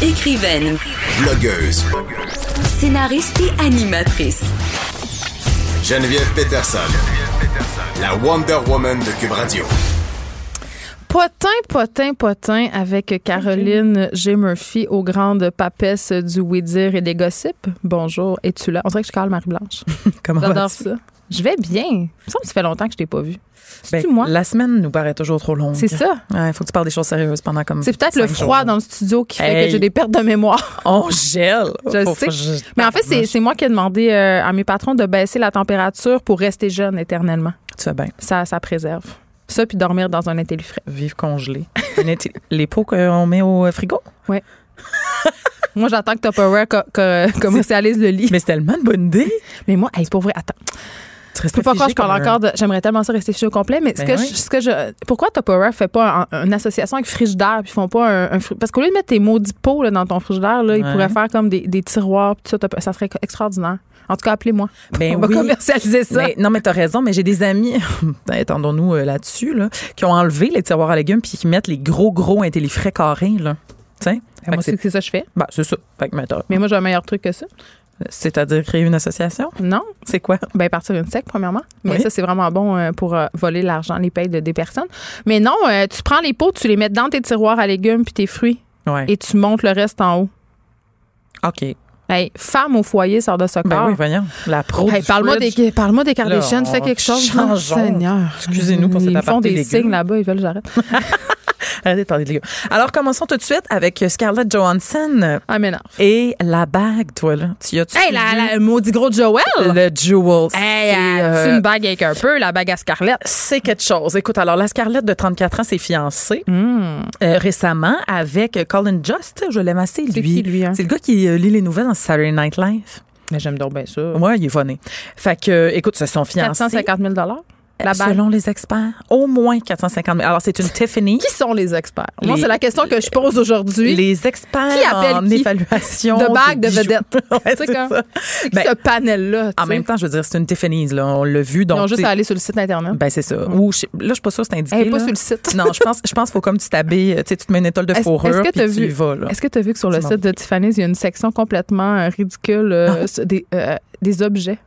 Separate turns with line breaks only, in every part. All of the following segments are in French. Écrivaine,
Blogueuse.
scénariste et animatrice.
Geneviève Peterson. La Wonder Woman de Cube Radio.
Potin, potin, potin avec Caroline G. Murphy aux grandes papesses du oui-dire et des gossips. Bonjour, es-tu là? On dirait que je calme Marie-Blanche.
Comment
J'adore
vas-tu?
ça. Je vais bien. Il me semble que ça fait longtemps que je t'ai pas vu.
Ben,
C'est-tu moi?
La semaine nous paraît toujours trop longue.
C'est ça.
Il faut que tu parles des choses sérieuses pendant comme.
C'est peut-être le
cinq
froid
jours.
dans le studio qui fait que
Hey.
j'ai des pertes de mémoire.
On gèle.
Je
Faut-
sais.
faut- je-
Mais en fait, c'est c'est moi qui ai demandé euh, à mes patrons de baisser la température pour rester jeune éternellement.
Tu fais bien.
Ça, ça préserve. Ça, puis dormir dans un intellifrais.
Vivre congelé. Un été- Les pots qu'on met au euh, frigo.
Moi, j'attends que Tupperware co- co- commercialise le lit.
Mais c'est tellement une bonne idée.
Mais moi, hey, pour vrai, attends.
Tu restes
Je peux pas croire que je parle
comme un-
encore de. J'aimerais tellement ça rester fiché au complet, mais ce,
Ben
que,
oui.
je, ce que je. Pourquoi Tupperware fait pas un- une association avec frigidaire puis ils font pas un. un fri- Parce qu'au lieu de mettre tes maudits pots là, dans ton frigidaire, là, ils
Ouais.
pourraient faire comme des, des tiroirs puis tout ça. Tupper- Ça serait extraordinaire. En tout cas, appelez-moi.
Ben
On va
oui.
commercialiser ça.
Mais- non, mais t'as raison, mais j'ai des amis, attendons-nous euh, là-dessus, là, qui ont enlevé les tiroirs à légumes puis qui mettent les gros, gros intellifrais carrés, là. Tu sais? Fait
Ben, moi,
que
c'est
c'est
c'est ça que je fais.
ben, c'est ça. Fait que, mais t'as-
Mais moi, j'ai un meilleur truc que ça.
C'est-à-dire créer une association?
Non?
C'est quoi?
Ben, partir une sec, premièrement. Mais
Oui.
ça, c'est vraiment bon euh, pour euh, voler l'argent, les payes de- des personnes. Mais non, euh, tu prends les pots, tu les mets dans tes tiroirs à légumes puis tes fruits
Ouais.
et tu montes le reste en haut.
OK.
Hey, femme au foyer sort de ce corps.
Ben oui, voyons. La pro.
Ah. Hey,
du
parle-moi
fridge.
des, parle-moi des Kardashians,
Là,
fais
on-
quelque chose.
changeons.
Oh, Seigneur.
Excusez-nous pour cet
Ils font
aparté
des
dégueu.
signes là-bas, ils veulent que j'arrête.
Arrêtez de parler de Lego. Alors, commençons tout de suite avec Scarlett Johansson
Ah, mais non.
et la bague, toi, là. Tu y as-tu
Hey, la, la- le maudit gros Joel!
vu le jewel?
Hey,
C'est,
euh,
euh,
tu une bague avec un peu, la bague à Scarlett.
c'est quelque chose. Écoute, alors, la Scarlett de 34 ans s'est fiancée
Hmm.
euh, récemment avec Colin Just. Je l'aime assez, lui.
C'est qui, lui, hein?
C'est le gars qui euh, lit les nouvelles dans Saturday Night Live.
Mais j'aime donc bien ça.
Ouais, il est funny. Fait que, euh, écoute, se sont fiancés.
450 000 la bague.
Selon les experts, au moins 450 000. Alors, c'est une Tiffany.
Qui sont les experts? Moi,
Les-
c'est la question que je pose aujourd'hui.
Les experts
Qui appelle
en
qui?
évaluation
De bagues, de
bijoux.
vedettes.
Ouais,
Tu sais,
c'est
comme-
ça.
C'est qui
Ben,
ce panel-là. tu
en
sais?
même temps, je veux dire, c'est une Tiffany's, là. On l'a vu.
Ils
Donc,
ont juste
t'sais,
à aller sur le site Internet.
Ben, c'est ça. Ou, je sais- là, je suis pas sûre que c'est indiqué.
Elle est pas
là.
sur le site.
non, je pense, je pense qu'il faut comme tu t'habilles, tu sais, tu te mets une étole de
Est-ce-
fourrure,
est-ce que
puis
t'as
tu
vu-
y vas, là.
Est-ce que tu as vu que sur le
C'est
site de Tiffany's, il y a une section complètement euh, ridicule euh, sur des, euh, des objets?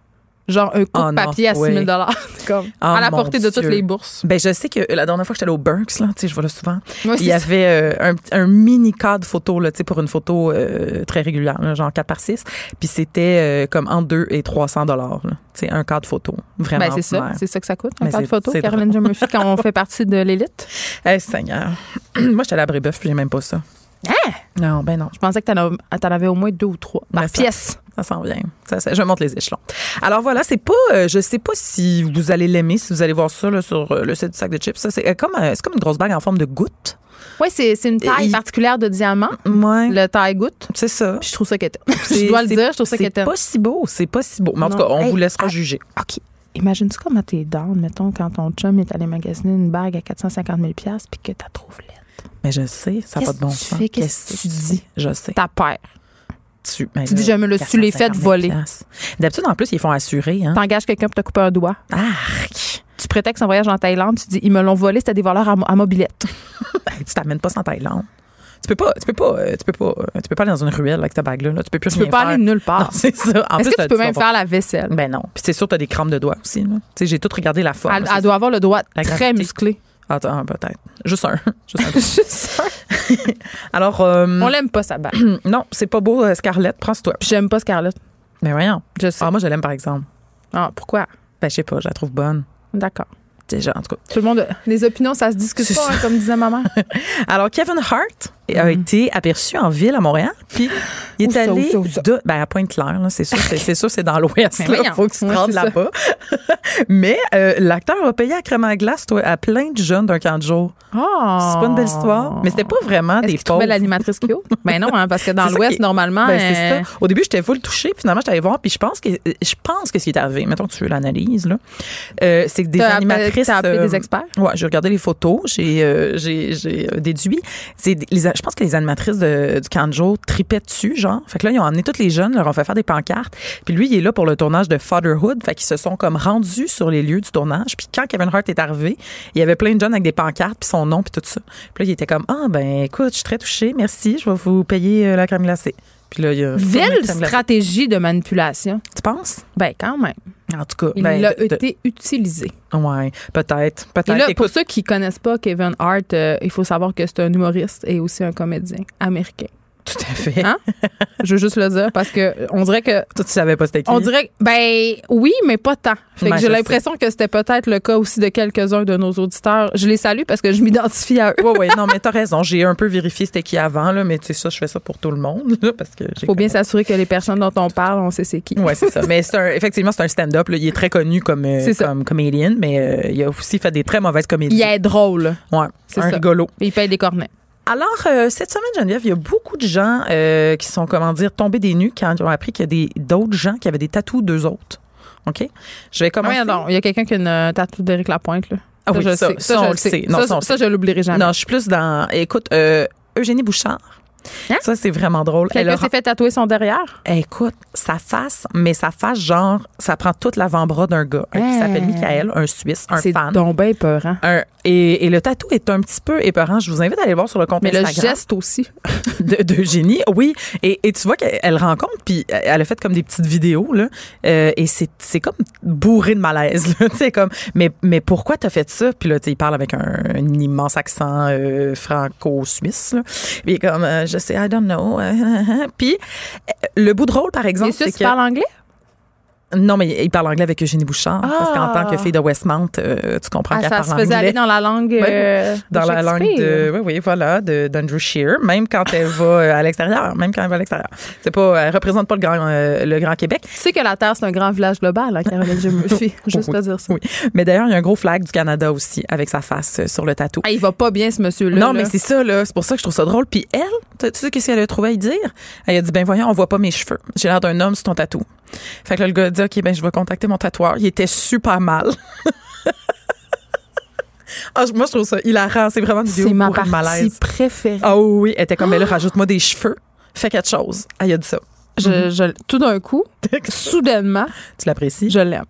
Genre un
Oh
coupe
non,
papier à 6
oui.
000 comme,
Ah,
à la
mon
portée de toutes
Dieu.
les bourses.
Ben, je sais que la dernière fois que j'étais allée au Burks, là, tu sais, je vois là souvent,
Moi,
il
c'est
y
ça.
avait euh, un, un mini cadre photo, là, tu sais, pour une photo euh, très régulière, là, genre 4 par 6. Puis c'était euh, comme entre 2 et 300 dollars, là. Tu sais, un cadre photo. Vraiment.
Ben, c'est ça,
ordinaire.
c'est ça que ça coûte, un
Mais
cadre
c'est-
photo,
c'est
Caroline J. Murphy, quand on fait partie de l'élite.
Eh, Seigneur. Moi, j'étais allée à Brébeuf, puis j'ai même pas ça.
Hein?
Non, ben non.
Je pensais que t'en av- t'en avais au moins deux ou trois par
Mais ça-
pièce.
Ça s'en vient. Ça, ça- je monte les échelons. Alors voilà, c'est pas. euh, je sais pas si vous allez l'aimer, si vous allez voir ça là, sur euh, le site du sac de chips. Ça, c'est euh, comme, euh, c'est comme une grosse bague en forme de goutte.
Oui, c'est c'est une taille
Il-
particulière de diamant,
Ouais.
le taille goutte.
C'est ça.
Puis je trouve ça qu'étant. je dois le
C'est-
dire, je trouve ça
C'est
qu'étant.
pas si beau, c'est pas si beau. Mais en tout
Non.
cas, on
Hey,
vous laissera
à-
juger.
OK. Imagine-tu comment t'es down, mettons, quand ton chum est allé magasiner une bague à 450 000 pièces puis que t'as trouvé laide.
Mais je sais, ça n'a pas
Qu'est-ce
de bon
que tu
sens.
fais? Qu'est-ce que tu dis?
Je sais.
Ta paire.
Tu,
Tu dis, je me le suis les fait voler.
D'habitude, en plus, ils font assurer. Hein?
T'engages quelqu'un pour te couper un doigt.
Arc!
Tu prétextes un voyage en Thaïlande, tu dis ils me l'ont volé, c'était des voleurs à, mo- à mobilette.
Hey, tu t'amènes pas sans Thaïlande. Tu peux pas, tu peux pas, euh, tu peux pas, euh, tu peux pas aller dans une ruelle avec ta bague là. Tu peux plus
Tu peux
rien
pas
faire.
aller nulle part.
Non, c'est ça. En
Est-ce
plus,
que
t'as
tu peux
dit,
même
on va-
faire la vaisselle?
Ben non. Puis c'est sûr, t'as des crampes de doigts aussi. là. Tu sais, j'ai tout regardé la forme.
elle,
Ça,
elle doit avoir le doigt
La
très
gravité.
musclé.
c'est- Attends, peut-être. Juste un. Juste un.
Je sais.
Alors, euh,
On l'aime pas, sa bague.
non, c'est pas beau, euh, Scarlett. Prends-toi.
Puis j'aime pas Scarlett.
Mais voyons.
Je sais.
Ah, moi, je l'aime, par exemple.
Ah, pourquoi?
Ben, je sais pas, je la trouve bonne.
D'accord.
Tu sais, genre, en tout cas.
Tout le monde. Les opinions, ça se discute
C'est
pas, hein, comme disait ma mère.
Alors, Kevin Hart a été aperçu en ville à Montréal. Puis il
Où
est
ça,
allé
où ça, où ça?
de- ben, à Pointe-Claire, là, c'est sûr, c'est c'est sûr, c'est dans l'Ouest.
Mais
là.
voyons.
faut que tu te
Ouais,
rendes
c'est ça.
là-bas. Mais euh, l'acteur a payé à crème à glace toi, à plein de jeunes d'un camp de jour. C'est pas une belle histoire, mais c'était pas
Oh.
vraiment
Est-ce
des
qu'il trouvait
pauvres.
l'animatrice cute? Ben non, hein, parce que dans
C'est ça
l'Ouest,
qui-
normalement.
Ben, c'est
euh,
ça. Au début, j'étais full touchée, puis finalement, j'étais allée voir, puis je pense que euh, je pense que ce qui est arrivé, mettons que tu veux l'analyse là, euh, c'est que des
T'as appelé-
animatrices,
t'as appelé
euh,
des experts?
Ouais, j'ai regardé les photos, j'ai euh, j'ai j'ai euh, déduit. C'est des- les, a- je pense que les animatrices de, du Kanjo tripaient dessus, genre. Fait que là, ils ont emmené tous les jeunes, leur ont fait faire des pancartes, puis lui, il est là pour le tournage de Fatherhood, fait qu'ils se sont comme rendus sur les lieux du tournage, puis quand Kevin Hart est arrivé, il y avait plein de jeunes avec des pancartes, puis son nom, puis tout ça. Puis là, il était comme ah ben écoute, je suis très touchée, merci, je vais vous payer euh, la crème glacée. Puis là, il a fourni
Ville
la crème glacée.
stratégie de manipulation.
Tu penses?
Ben, quand même.
En tout cas,
Il
ben,
l'a
de- de-
été utilisé.
ouais, peut-être,
Et là,
peut-être.
pour
Écoute,
ceux qui connaissent pas Kevin Hart, euh, il faut savoir que c'est un humoriste et aussi un comédien américain.
tout à fait.
Hein? Je veux juste le dire parce que on dirait que
Toi, tu savais pas c'était qui?
on dirait ben oui, mais pas tant. Fait que
Ben,
j'ai
je
l'impression que c'était peut-être le cas aussi de quelques-uns de nos auditeurs. Je les salue parce que je m'identifie à eux.
Oui, oui, non, mais t'as raison. J'ai un peu vérifié c'était qui avant, là, mais tu sais, ça, je fais ça pour tout le monde, là, parce que j'ai.
Faut bien s'assurer que les personnes dont on parle, on sait c'est qui.
Oui, c'est ça. Mais c'est un, effectivement, c'est un stand-up. là. Il est très connu comme, euh,
C'est ça.
comme comédien, mais euh, il a aussi fait des très mauvaises comédies.
Il est drôle.
Ouais,
C'est
un
ça.
rigolo.
Il paye des cornets.
Alors, euh, cette semaine, Geneviève, il y a beaucoup de gens euh, qui sont, comment dire, tombés des nues quand ils ont appris qu'il y a des- d'autres gens qui avaient des tatous d'eux autres. OK? Je vais commencer.
Voyons donc, il y a quelqu'un qui a une euh, tatou d'Éric Lapointe là.
Ah oui,
je le
ça,
sais.
ça,
je
on
le
le
sais.
sait. Non,
ça,
ça, on le
ça, je l'oublierai jamais.
Non, je suis plus dans. Écoute, euh, Eugénie Bouchard.
Hein?
Ça, c'est vraiment drôle.
Quelqu'un
a-
s'est fait tatouer son derrière.
Écoute, sa face, mais sa face, genre, ça prend toute l'avant-bras d'un gars hein, qui
Hey.
s'appelle Michael, un Suisse, un
C'est
fan. Ah,
donc bien peur, hein?
Un- et, et le tatou est un petit peu épeurant. Je vous invite à aller voir sur le compte
Mais le
Instagram
geste aussi.
de- d'Eugénie. oui, et, et tu vois qu'elle elle rencontre, puis elle a fait comme des petites vidéos, là, euh, et c'est c'est comme bourré de malaise. là. Tu sais, comme, mais, mais pourquoi t'as fait ça? Puis là, tu sais, il parle avec un, un immense accent euh, franco-suisse. là. Puis il est comme, euh, je sais, I don't know. puis euh, le bout de rôle, par exemple,
Les
c'est
Suisses
que...
parlent anglais?
Non, mais il parle anglais avec Eugénie Bouchard. Parce qu'en
Ah.
tant que fille de Westmount, euh, tu comprends
Ah,
qu'elle
ça
parle
se faisait aller
anglais.
dans la langue. euh, de
Dans la langue
Shakespeare.
de. Oui, oui, voilà, de- d'Andrew Shear, même quand elle va euh, à l'extérieur, même quand elle va à l'extérieur. C'est pas, elle représente pas le grand, euh, le grand Québec.
Tu sais que la Terre, c'est un grand village global, hein, Caroline Je me suis Juste
Oui.
à dire ça.
Oui. Mais d'ailleurs, il y a un gros flag du Canada aussi, avec sa face euh, sur le tatou.
Ah, il va pas bien, ce monsieur-là. là.
Non, mais c'est ça, là. C'est pour ça que je trouve ça drôle. Puis elle, tu tu sais qu'est-ce qu'elle a trouvé à y dire? Elle a dit, ben voyons, on voit pas mes cheveux. J'ai l'air d'un homme sur ton tatou. Fait que là, le gars a dit, OK, ben je vais contacter mon tatoueur. Il était super mal. Ah, je- moi, je trouve ça hilarant. C'est vraiment une vidéo
C'est ma
bourrée de
partie
malaise.
préférée.
Ah oui, oui, elle était comme, ben là, rajoute-moi des cheveux. Fais quelque chose. Elle a dit ça. mm-hmm.
Je- je- tout d'un coup, soudainement,
Tu l'apprécies?
je l'aime.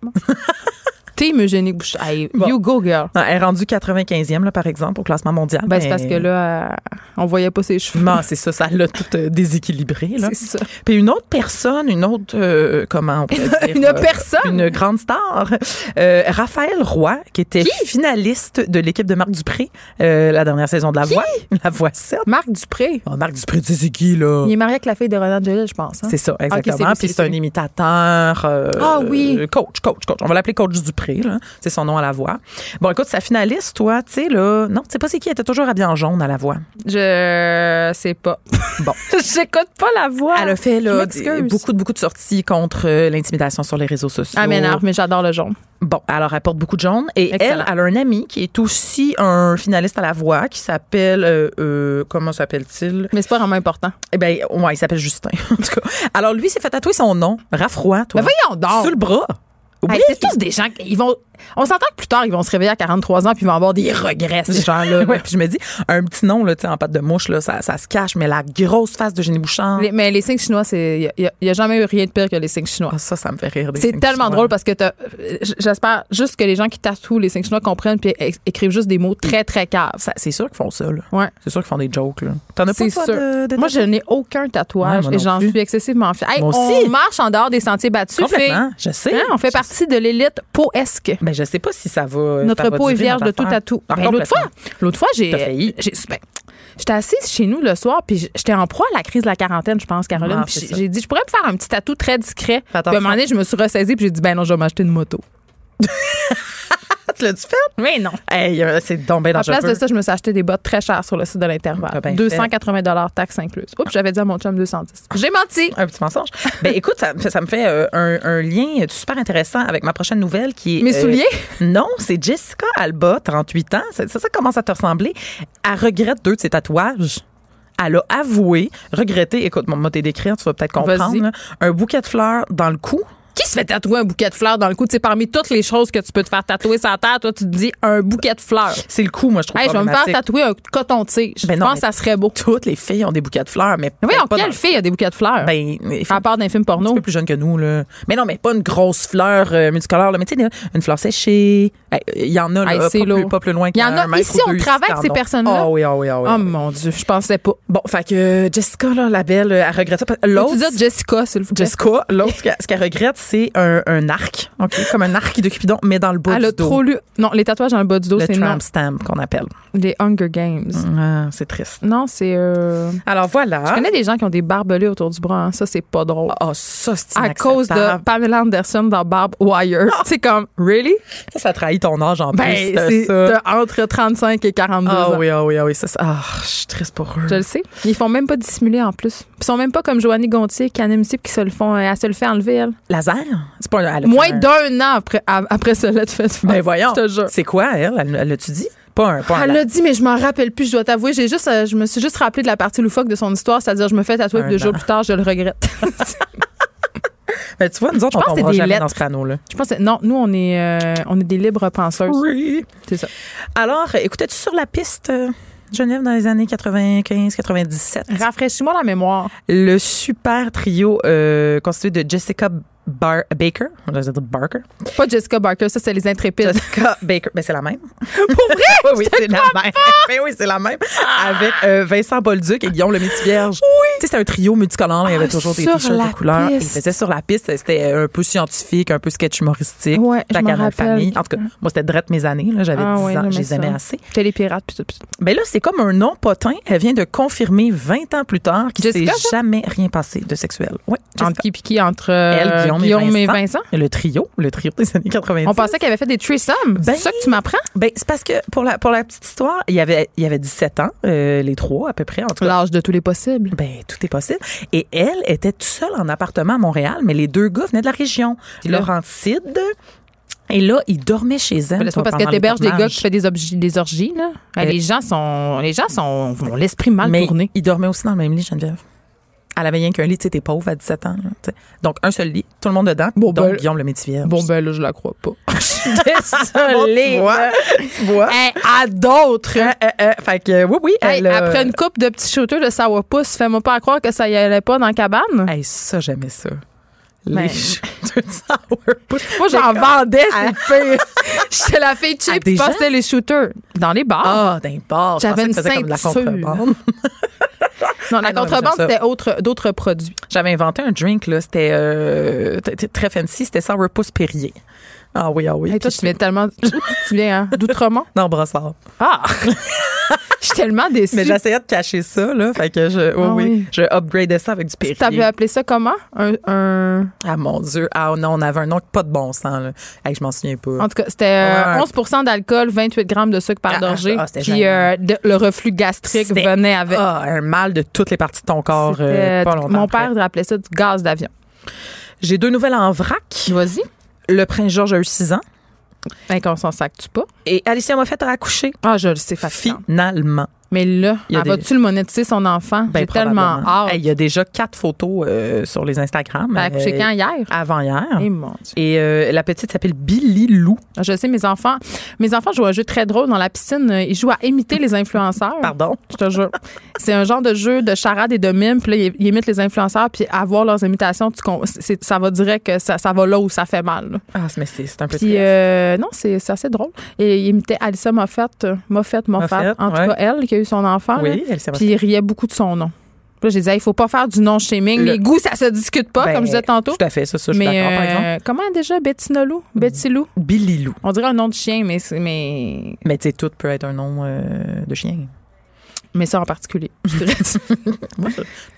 Team Eugénie Bouchard. Hey,
Bon.
You go, girl.
Non, elle est rendue 95e, là, par exemple, au classement mondial.
Ben, c'est
mais-
parce que là, euh, on voyait pas ses cheveux.
Non, c'est ça, ça l'a tout euh, déséquilibré. Là.
C'est ça.
Puis une autre personne, une autre, euh, comment on peut dire,
Une
euh,
personne.
Une grande star. Euh, Raphaël Roy, qui était finaliste de l'équipe de Marc Dupré euh, la dernière saison de La Voix. La Voix 7.
Marc Dupré.
Oh, Marc Dupré, tu sais, c'est qui, là?
Il est marié avec la fille de Ronan Angelis, je pense. hein?
C'est ça,
c'est
exactement.
lui,
Puis
c'est
Ah, c'est un
lui.
imitateur. euh,
Ah oui.
euh, Coach, coach, coach. On va l'appeler coach Dupré, là. C'est son nom à la voix. Bon, écoute, sa finaliste, toi, tu sais, là. Non, tu sais pas c'est qui. Elle était toujours habillée en jaune à la voix.
Je sais pas.
Bon.
J'écoute pas la voix.
Elle a fait,
Je
là,
m'excuse.
des- beaucoup, beaucoup de sorties contre euh, l'intimidation sur les réseaux sociaux.
Ah, m'énerve, mais j'adore le jaune.
Bon, alors elle porte beaucoup de jaune et
Excellent.
elle, elle a un ami qui est aussi un finaliste à la voix qui s'appelle euh, euh, comment s'appelle-t-il
Mais c'est pas vraiment important.
Eh ben ouais, il s'appelle Justin. en tout cas, alors lui s'est fait tatouer son nom, Raffroy, toi.
Mais Ben voyons donc!
sur le bras. Oui.
Hey, c'est tous des gens qui ils vont. On s'entend que plus tard, ils vont se réveiller à 43 ans puis ils vont avoir des regrets, ces gens-là.
Ouais, puis je me dis un petit nom là, tu sais, en pâte de mouche là, ça, ça se cache mais la grosse face de Jenny Bouchard.
Les- mais les signes chinois, c'est il n'y a, jamais eu rien de pire que les signes chinois.
Ah, ça ça me fait rire des
C'est
signes
tellement
chinois.
drôle parce que t'as- euh, j- j'espère juste que les gens qui tatouent les signes chinois comprennent puis é- écrivent juste des mots très très caves.
Ça- c'est sûr qu'ils font ça là.
Ouais.
C'est sûr qu'ils font des jokes là. T'en as pas
C'est
toi,
sûr.
de, de
Moi, je n'ai aucun tatouage
Ouais, moi
et
non
j'en
plus.
suis excessivement fière. Hey,
Moi
on
aussi.
marche en dehors des sentiers battus,
complètement,
filles.
je sais.
Hein, on fait
Je
partie de l'élite poesque.
Ben, je sais pas si ça va. euh,
Notre
ça va
peau est
durer,
vierge
notre
de tout
affaire.
tatou.
Ah,
Ben, l'autre
complètement.
fois, l'autre fois, j'ai.
T'as failli.
j'ai- ben, J'étais assise chez nous le soir, puis j'étais en proie à la crise de la quarantaine, je pense, Caroline.
Ah,
Puis
c'est
j'ai-
ça.
j'ai dit, je pourrais me faire un petit tatou très discret. Puis à un
attention.
moment donné, je me suis ressaisie, puis j'ai dit, ben non, je vais m'acheter une moto.
tu l'as-tu fait?
Mais non.
Hey, euh, c'est donc bien
À la
dangereux.
place de ça, je me suis acheté des bottes très chères sur le site de
T'as
l'intervalle.
bien
280 dollars taxes incluses.
Ah.
Oups, j'avais dit à mon chum 210. J'ai menti.
un petit mensonge. Ben écoute, ça, ça me fait euh, un, un lien euh, super intéressant avec ma prochaine nouvelle qui est...
Mes
euh,
souliers?
Non, c'est Jessica Alba, 38 ans. Ça, ça, ça commence à te ressembler. Elle regrette deux de ses tatouages. Elle a avoué, regretté, écoute, moi, moi, t'es décrire, tu vas peut-être comprendre,
Vas-y.
là. un bouquet de fleurs dans le cou.
Qui se fait tatouer un bouquet de fleurs dans le cou? Tu sais, parmi toutes les choses que tu peux te faire tatouer sur la terre, toi, tu te dis un bouquet de fleurs.
C'est le cou, moi, je trouve
Hey, je vais me faire
problématique.
tatouer un coton-tige.
Ben
je
non,
pense
mais-
que ça serait beau.
Toutes les filles ont des bouquets de fleurs, mais
Mais voyons,
peut-être pas
quelle Ah,
dans-
fille a des bouquets de fleurs?
Ben, il faut-
à part d'un film
un
porno.
petit peu plus jeune que nous là. Mais non, mais pas une grosse fleur euh, multicolore là, mais tu sais une fleur séchée. Hey, Il y en a là,
Hey,
pas,
c'est
plus,
lourd.
pas plus loin
Il y
qu'à
en a
un mètre
ici,
ou
on
deux,
travaille avec
si
ces
t'en as.
personnes-là.
Ah oui, ah oui, ah oui. ah
Oh
oui.
mon Dieu, je pensais pas.
Bon, fait que euh, Jessica là, la belle, euh, elle regrette ça. parce-
Tu
L'autre
dis Jessica, s'il vous plaît.
Jessica, l'autre, ce qu'elle- ce qu'elle regrette, c'est un, un arc, OK? Comme un arc de Cupidon, mais dans le bas
Elle
du
a
dos.
trop lu. Non, les tatouages dans le bas du dos,
le
c'est non.
tramp stamp qu'on appelle.
Les Hunger Games.
Ah, c'est triste.
Non, c'est. euh,
Alors voilà.
Je connais des gens qui ont des barbelés autour du bras. hein. Ça, c'est pas drôle.
Ah, ça, c'est
à cause de
inacceptable.
Pamela Anderson dans Barb Wire. c'est comme, really?
Ça, ça trahit ton âge en
Ben,
plus.
c'est
ça.
t'as entre 35 et 42
Ah
ans.
oui, ah oui, ah oui. Ça, ça- ah, je suis triste pour eux.
Je le sais. Ils font même pas dissimuler en plus. Ils sont même pas comme Joannie Gontier qui anime qui se le font. euh, Elle se le fait enlever, elle.
Laser? C'est pas un... elle a
Moins
fait un-
d'un an après, à- après cela, tu fais
Ben voyons.
Je te jure.
C'est quoi, elle? Elle elle l'a-tu dit? Pas un... Pas un
Elle
laser.
l'a dit, mais je m'en rappelle plus. Je dois t'avouer, j'ai juste, euh, je me suis juste rappelé de la partie loufoque de son histoire, c'est-à-dire je me fais tatouer
Un
puis deux
an.
jours plus tard, je le regrette.
Ben, tu vois, nous autres,
pense
on
que c'est
tombera
des
jamais dans
lettres.
ce panneau-là.
je pense, que- non, nous on est, euh, on est des libres penseuses.
Oui.
C'est ça.
Alors, écoutais-tu sur la piste, euh, Geneviève, dans les années 95-97?
Rafraîchis-moi la mémoire.
Le super trio euh, constitué de Jessica Bar- Baker. Je vais dire Barker.
Pas Jessica Barker, ça c'est les intrépides.
Jessica Baker. Ben, c'est la même. Pour vrai? oui, oui, c'est la même. Ben oui, c'est la même. Avec euh, Vincent Bolduc et Guillaume le Métivierge. Oui. Tu sais, c'était un trio multicolore. là, Il y avait
Ah,
toujours des
sur
t-shirts
la
de couleurs.
piste.
Ils faisaient sur la piste. C'était euh, un peu scientifique, un peu sketch humoristique.
Ouais, je
Tac
m'en
à la
rappelle.
famille. En tout cas, moi, c'était drette mes années. là. J'avais
Ah
10
ouais,
ans. Je
j'aimais
les aimais
ça.
assez.
T'es les pirates puis tout. puis tout.
Mais là, c'est comme un nom potin. Elle vient de confirmer 20 ans plus tard qu'il s'est
Jessica, ça?
jamais rien passé de sexuel. Oui,
Entre qui puis qui entre euh,
Elle, Guillaume et
et
Vincent.
Vincent.
le trio, le trio des années 90.
On pensait qu'elle avait fait des threesomes.
Ben-
c'est ça que tu m'apprends?
Ben, c'est parce que pour la, pour la petite histoire, il y avait, il y avait 17 ans, euh, les trois à peu près, en tout cas.
L'âge de tous les possibles.
Ben, tout est possible. Et elle était toute seule en appartement à Montréal, mais les deux gars venaient de la région.
là?
Laurentide. Et là, ils dormaient chez elle.
Laisse pas
toi,
Hein, Ben, parce que
pendant les
t'héberges des gars
tournages.
qui font des, obji- des orgies, là. Hey,
Euh,
les gens sont. Les gens sont. ont l'esprit mal
Mais
tourné.
ils dormaient aussi dans le même lit, Geneviève. Elle avait rien qu'un lit, tu sais, t'es pauvre à 17 ans. là, tu sais. Donc, un seul lit, tout le monde dedans,
Bon,
donc
ben-
Guillaume le métivier.
Bon, ben là, je la crois pas. Ah,
désolée. tu vois, tu vois.
Hey, euh, à d'autres!
Euh, euh, euh, fait que, euh, oui, oui.
Hey,
elle, euh,
Après une coupe de petits shooters de sourpuss, fais-moi pas croire que ça y allait pas dans la cabane.
Hey, ça, j'aimais ça. Les
Ben-
shooters de sourpuss.
Moi, j'en
Mais-
vendais, c'est pire. J'étais la fille
À
cheap
des
qui
gens?
passait les shooters dans les bars.
Ah, d'un bar. Je
J'avais
pensais que
une
c'était comme de la
ceinture.
contrebande.
non, la
ah non, mais
contrebande,
j'aime ça.
c'était autre, d'autres produits.
J'avais inventé un drink, là. C'était euh, t- t- très fancy. C'était sourpuss Perrier. Ah oui, ah oui.
Hey, toi, tu viens tellement. tu viens, hein, d'outremont?
Non, brossard.
Ah! Je suis tellement déçue.
Mais j'essayais de cacher ça, là. Fait que je, oui,
Ah
oui,
oui.
je upgradais ça avec du
T'avais
Perrier.
appelé ça comment? Un, un-
Ah, mon Dieu. Ah, non, on avait un nom qui pas de bon sens, là. Hey, je m'en souviens pas.
En tout cas, c'était euh,
Ouais.
11 d'alcool, 28 grammes de sucre par
Ah,
gorgée.
ah, c'était
puis
gênant.
euh, de- le reflux gastrique
C'était-
venait avec.
Ah, un mal de toutes les parties de ton corps, euh,
C'était-
pas longtemps
mon
après.
père appelait ça du gaz d'avion.
J'ai deux nouvelles en vrac.
Vas-y.
Le prince George a eu 6 ans.
Ben, qu'on s'en sactue pas.
Et Alicia m'a fait accoucher.
Ah, je le sais, fatigant.
Finalement.
Mais là,
Il y a
elle
des-
va-tu le monétiser, son enfant?
Ben,
J'ai tellement
probablement.
hâte.
Hey, Il y a déjà quatre photos euh, sur les Instagram.
Elle a accouché
euh,
quand hier?
Avant-hier.
Eh, mon Dieu.
Et euh, la petite s'appelle Billy Lou.
Je sais, mes enfants, mes enfants jouent à un jeu très drôle dans la piscine. Ils jouent à imiter les influenceurs.
Pardon.
Je te jure. C'est un genre de jeu de charade et de mime. Puis là, ils- ils imitent les influenceurs. Puis à voir leurs imitations, tu con- c'est- ça va direct que ça, ça va là où ça fait mal. là.
Ah, mais c'est c'est un peu
Puis
triste.
euh, non, c'est c'est assez drôle. Et il imitait Alissa Moffat, euh, Moffat, Moffat,
Moffat,
en tout
ouais.
cas elle qui a eu son enfant. là.
Oui, elle s'est
Puis il riait beaucoup de son nom. Puis Là, j'ai dit, il faut pas faire du nom shaming.
Le-
Les goûts, ça se discute pas,
Ben,
comme je disais tantôt.
Tout à fait, ça, ça je suis
Mais
d'accord, par exemple. Mm-hmm.
euh, comment déjà Bettina Lou? Betty Lou?
Billy Lou.
On dirait un nom de chien, mais c'est mais
Mais tu sais, tout peut être un nom euh, de chien.
mais ça en particulier. Je dirais.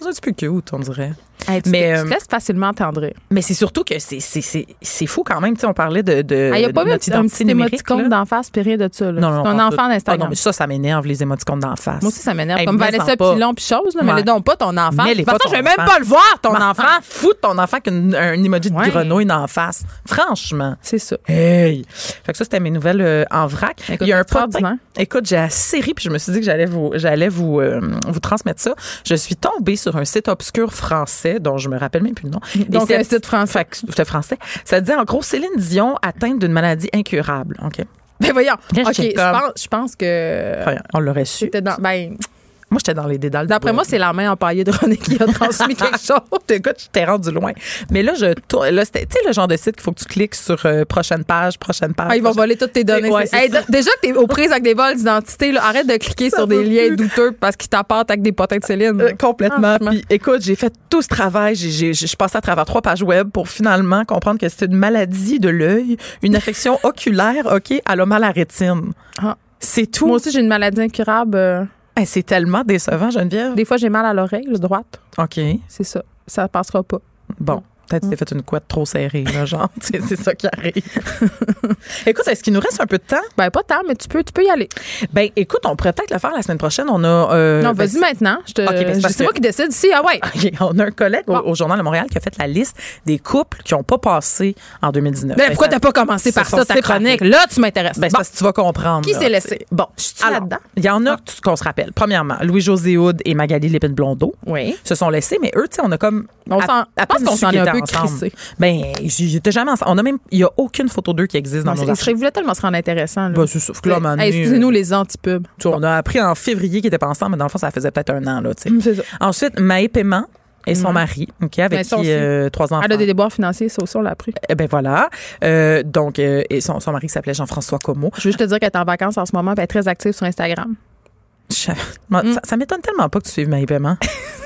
C'est un petit peu cute, on dirait.
Hey, tu,
Mais,
te- tu
euh,
te laisses facilement tendrir.
Mais c'est surtout que c'est- c'est c'est- c'est fou quand même. Tu sais, on parlait de, de,
Il n'y Ah, a pas
de
eu un
notre
petit, un petit
identité numérique. là.
émoticône d'en face, puis rien de ça. là.
Non, non,
C'est un
pas
enfant
tout. Ah non,
d'Instagram.
mais ça, ça m'énerve, les émoticônes d'en face.
Moi aussi, ça m'énerve.
Hey,
Comme
mais
Vanessa
en pas.
Pilon, puis chose, là, mais
Ouais.
le don pas ton enfant.
Mais les
Parce
pas
que je vais
ton
même
enfant.
pas le voir, ton enfant.
Fous de ton enfant qu'un emoji de
Ah! Ouais.
grenouille d'en face. Franchement.
C'est ça.
Hey! Fait que ça, c'était mes nouvelles euh, en vrac.
Écoute,
Il y a un
extraordinaire.
potin. Écoute, j'ai assez ri, puis je me suis dit que j'allais vous, j'allais vous, euh, vous transmettre ça. Je suis tombée sur un site obscur français dont je me rappelle même plus le nom.
Donc,
c'est-
un site français.
Fait que c'était français. Ça dit, en gros, Céline Dion atteinte d'une maladie incurable. OK.
Mais Ben, voyons.
Là, je
OK,
suis
je
comme-
pense, je pense que.
Enfin, on l'aurait su.
c'était dans- ben,
Moi, j'étais dans les dédales.
D'après moi, c'est la main empaillée de René qui a transmis quelque chose.
Écoute, je t'ai rendu loin. Mais là, je tourne. Là, c'était, tu sais, le genre de site qu'il faut que tu cliques sur euh, prochaine page, prochaine page.
Ah, ils vont
prochaine-
voler toutes tes données.
Ouais, c'est
Hey,
ça.
d- déjà que t'es aux prises avec des vols d'identité, là, arrête de cliquer
Ça
sur des
va
liens
plus.
douteux parce qu'ils t'apportent avec des potins de Céline.
Euh, complètement.
Franchement.
Puis, écoute, j'ai fait tout ce travail. J'ai, j'ai- j'ai- je passais à travers trois pages web pour finalement comprendre que c'était une maladie de l'œil, une affection oculaire, OK, elle a mal à la rétine.
Ah.
C'est tout.
Moi aussi, j'ai une maladie incurable. euh,
Hey, c'est tellement décevant, Geneviève.
Des fois, j'ai mal à l'oreille, le droite.
OK.
C'est ça. Ça passera pas.
Bon. Peut-être que tu
Hum.
t'es fait une couette trop serrée, là, genre. c'est, c'est ça qui arrive. écoute, est-ce qu'il nous reste un peu de temps?
Ben, pas tard, mais tu peux, tu peux y aller.
Ben, écoute, on pourrait peut-être le faire la semaine prochaine. On a. euh,
non,
ben,
vas-y maintenant. Je te,
Ok, ben, c'est
je-
parce
c'est
que-
moi qui décide ici. Ah ouais.
OK, on a un collègue au,
Bon.
au Journal de Montréal qui a fait la liste des couples qui n'ont pas passé en 2019.
Ben, pourquoi
ça-
t'as pas commencé
ça
par ça, ta
s'est
chronique?
pareil.
Là, tu m'intéresses.
Ben, c'est
Bon.
parce que tu vas comprendre.
Qui
là,
s'est
tu
laissé?
sais. Bon,
Je suis
alors,
là-dedans? Ah.
Il y en a tout- qu'on se rappelle. Premièrement, Louis-José Houd et Magali Lépine-Blondeau
Oui.
se sont laissés, mais eux, tu sais, on a comme.
On
à-
s'en-
à
je pense
peine
qu'on
su
s'en
qu'ils
est un
étaient
peu
ensemble.
crissés.
Ben, j- j'étais jamais ensemble. On a même. Il n'y a aucune photo d'eux qui existe dans nos
Il serait
archives.
voulu tellement se rendre intéressant. là.
Ben, c'est ça. Fait que là, à un moment donné,
Hey, Excusez-nous les antipubes.
tu vois, On a appris en février qu'ils étaient pas ensemble, mais dans le fond, ça faisait peut-être un an, là, tu sais.
Hum, C'est ça.
Ensuite, Maë Paiement et son mari, OK, avec
Ben, ça
qui
aussi.
euh, trois enfants.
Elle a des déboires financiers, ça aussi, on l'a appris.
Eh ben voilà. Euh, donc, euh, et son, son mari qui s'appelait Jean-François Como.
Je veux juste te dire qu'elle est en vacances en ce moment, puis elle est très active sur Instagram.
Je- moi,
Mm.
Ça, ça m'étonne tellement pas que tu suives Marie Paiement.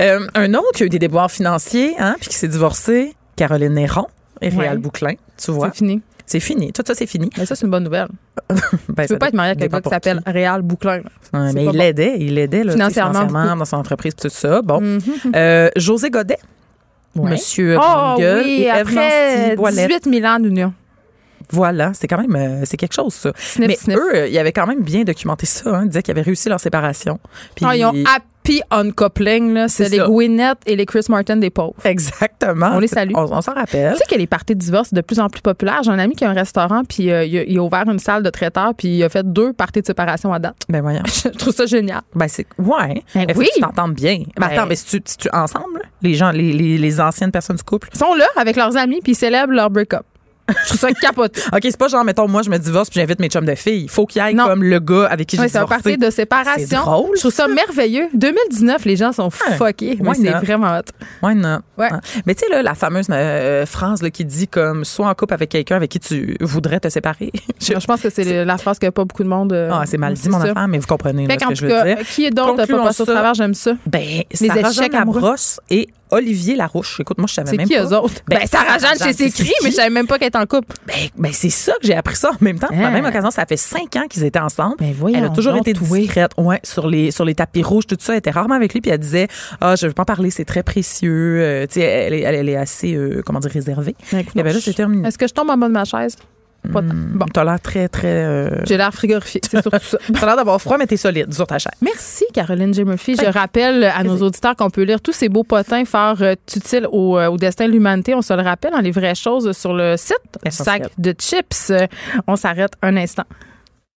Euh, un autre qui a eu des déboires financiers, hein, puis qui s'est divorcé, Caroline Néron et
Ouais.
Réal Bouclin, tu vois.
C'est fini.
C'est fini. Tout ça, c'est fini.
Mais ça, c'est une bonne nouvelle.
Ben,
Tu
ça
veux pas être marié avec quelqu'un
dépend
qui
pour
s'appelle Réal Bouclin. là.
qui. Ouais,
c'est
mais
pas
il
bon.
l'aidait, il l'aidait là, tu sais,
Financièrement, beaucoup.
dans son entreprise, tout ça. Bon. Euh, José Godet, Monsieur
Oh
Grande-Gueule
oui,
et Ève
après
Nancy-Boilet.
18 000 ans d'union.
Voilà, c'est quand même euh, c'est quelque chose ça.
Sniff,
Mais
sniff.
eux, euh, ils avaient quand même bien documenté ça. Hein. Ils disaient qu'ils avaient réussi leur séparation. Puis-
Ah, ils ont happy uncoupling, là. C'est
C'est
les
ça.
Gwyneth et les Chris Martin des pauvres.
Exactement.
On les salue.
On, on s'en rappelle.
Tu sais que les parties de divorce, c'est de plus en plus populaire. J'ai un ami qui a un restaurant, puis euh, il, a, il a ouvert une salle de traiteur, puis il a fait deux parties de séparation à date.
Ben voyons.
Je trouve ça génial.
Ben c'est ouais.
Ben
Mais faut
oui.
que tu t'entends bien.
Ben-
Ben, attends, mais si tu, si tu ensemble, là, les gens, les, les, les anciennes personnes du couple.
Ils sont là avec leurs amis, puis ils célèbrent leur break-up. Je trouve ça capoté.
Ok, c'est pas genre mettons moi je me divorce puis j'invite mes chums de filles. Faut qu'il y aille
Non.
comme le gars avec qui j'ai
Ouais, c'est un
divorcé.
parti de
C'est
séparation.
drôle,
Je trouve ça merveilleux. 2019, les gens sont
Ouais.
fuckés. Mais
Why
c'est
not?
vraiment hot.
Ouais non.
Ouais.
Hein. Mais tu sais là la fameuse euh, phrase là, qui dit comme soit en couple avec quelqu'un avec qui tu voudrais te séparer. Je-
Je pense que c'est le- la phrase que pas beaucoup de monde. euh,
ah c'est mal dit mon
ça.
affaire mais vous comprenez là,
Fait
ce
qu'en
que je
tout
veux
cas,
dire.
qui est d'autre pas
Concluons
passé au
ça.
travers, j'aime ça.
Ben,
Les
Sarah
échecs
Jeanne
à moi.
Labrosse et Olivier Larouche. Écoute, moi, je savais
C'est
même
qui
pas.
eux autres?
Ben,
Ben, Sarah Jeanne,
Sarah
c'est
Jeanne,
écrit,
c'est
mais
qui?
je savais même pas qu'elle est en couple.
Ben, ben, c'est ça que j'ai appris ça en même temps. Par la
Hein.
même occasion, ça fait cinq ans qu'ils étaient ensemble.
Ben, voyons
elle a toujours
donc,
été
toi.
discrète. Ouais, sur les sur les tapis rouges, tout ça, elle était rarement avec lui. Puis elle disait, ah, je veux pas en parler, c'est très précieux. Euh, tu sais, elle, est- elle, elle est assez, euh, comment dire, réservée.
Eh
Et ben là, c'est terminé.
Est-ce que je tombe en bas de ma chaise? Pas tant. Ah, Bon.
T'as l'air très très. euh,
J'ai l'air frigorifié, c'est surtout ça.
T'as l'air d'avoir froid, mais t'es solide sur ta chaise.
Merci, Caroline J. Murphy. Je rappelle à nos auditeurs qu'on peut lire tous ces beaux potins fort euh, utiles au, euh, au destin de l'humanité. On se hein, le rappelle dans les vraies choses sur le site du
Essentiel.
sac de chips. Euh, On s'arrête un instant.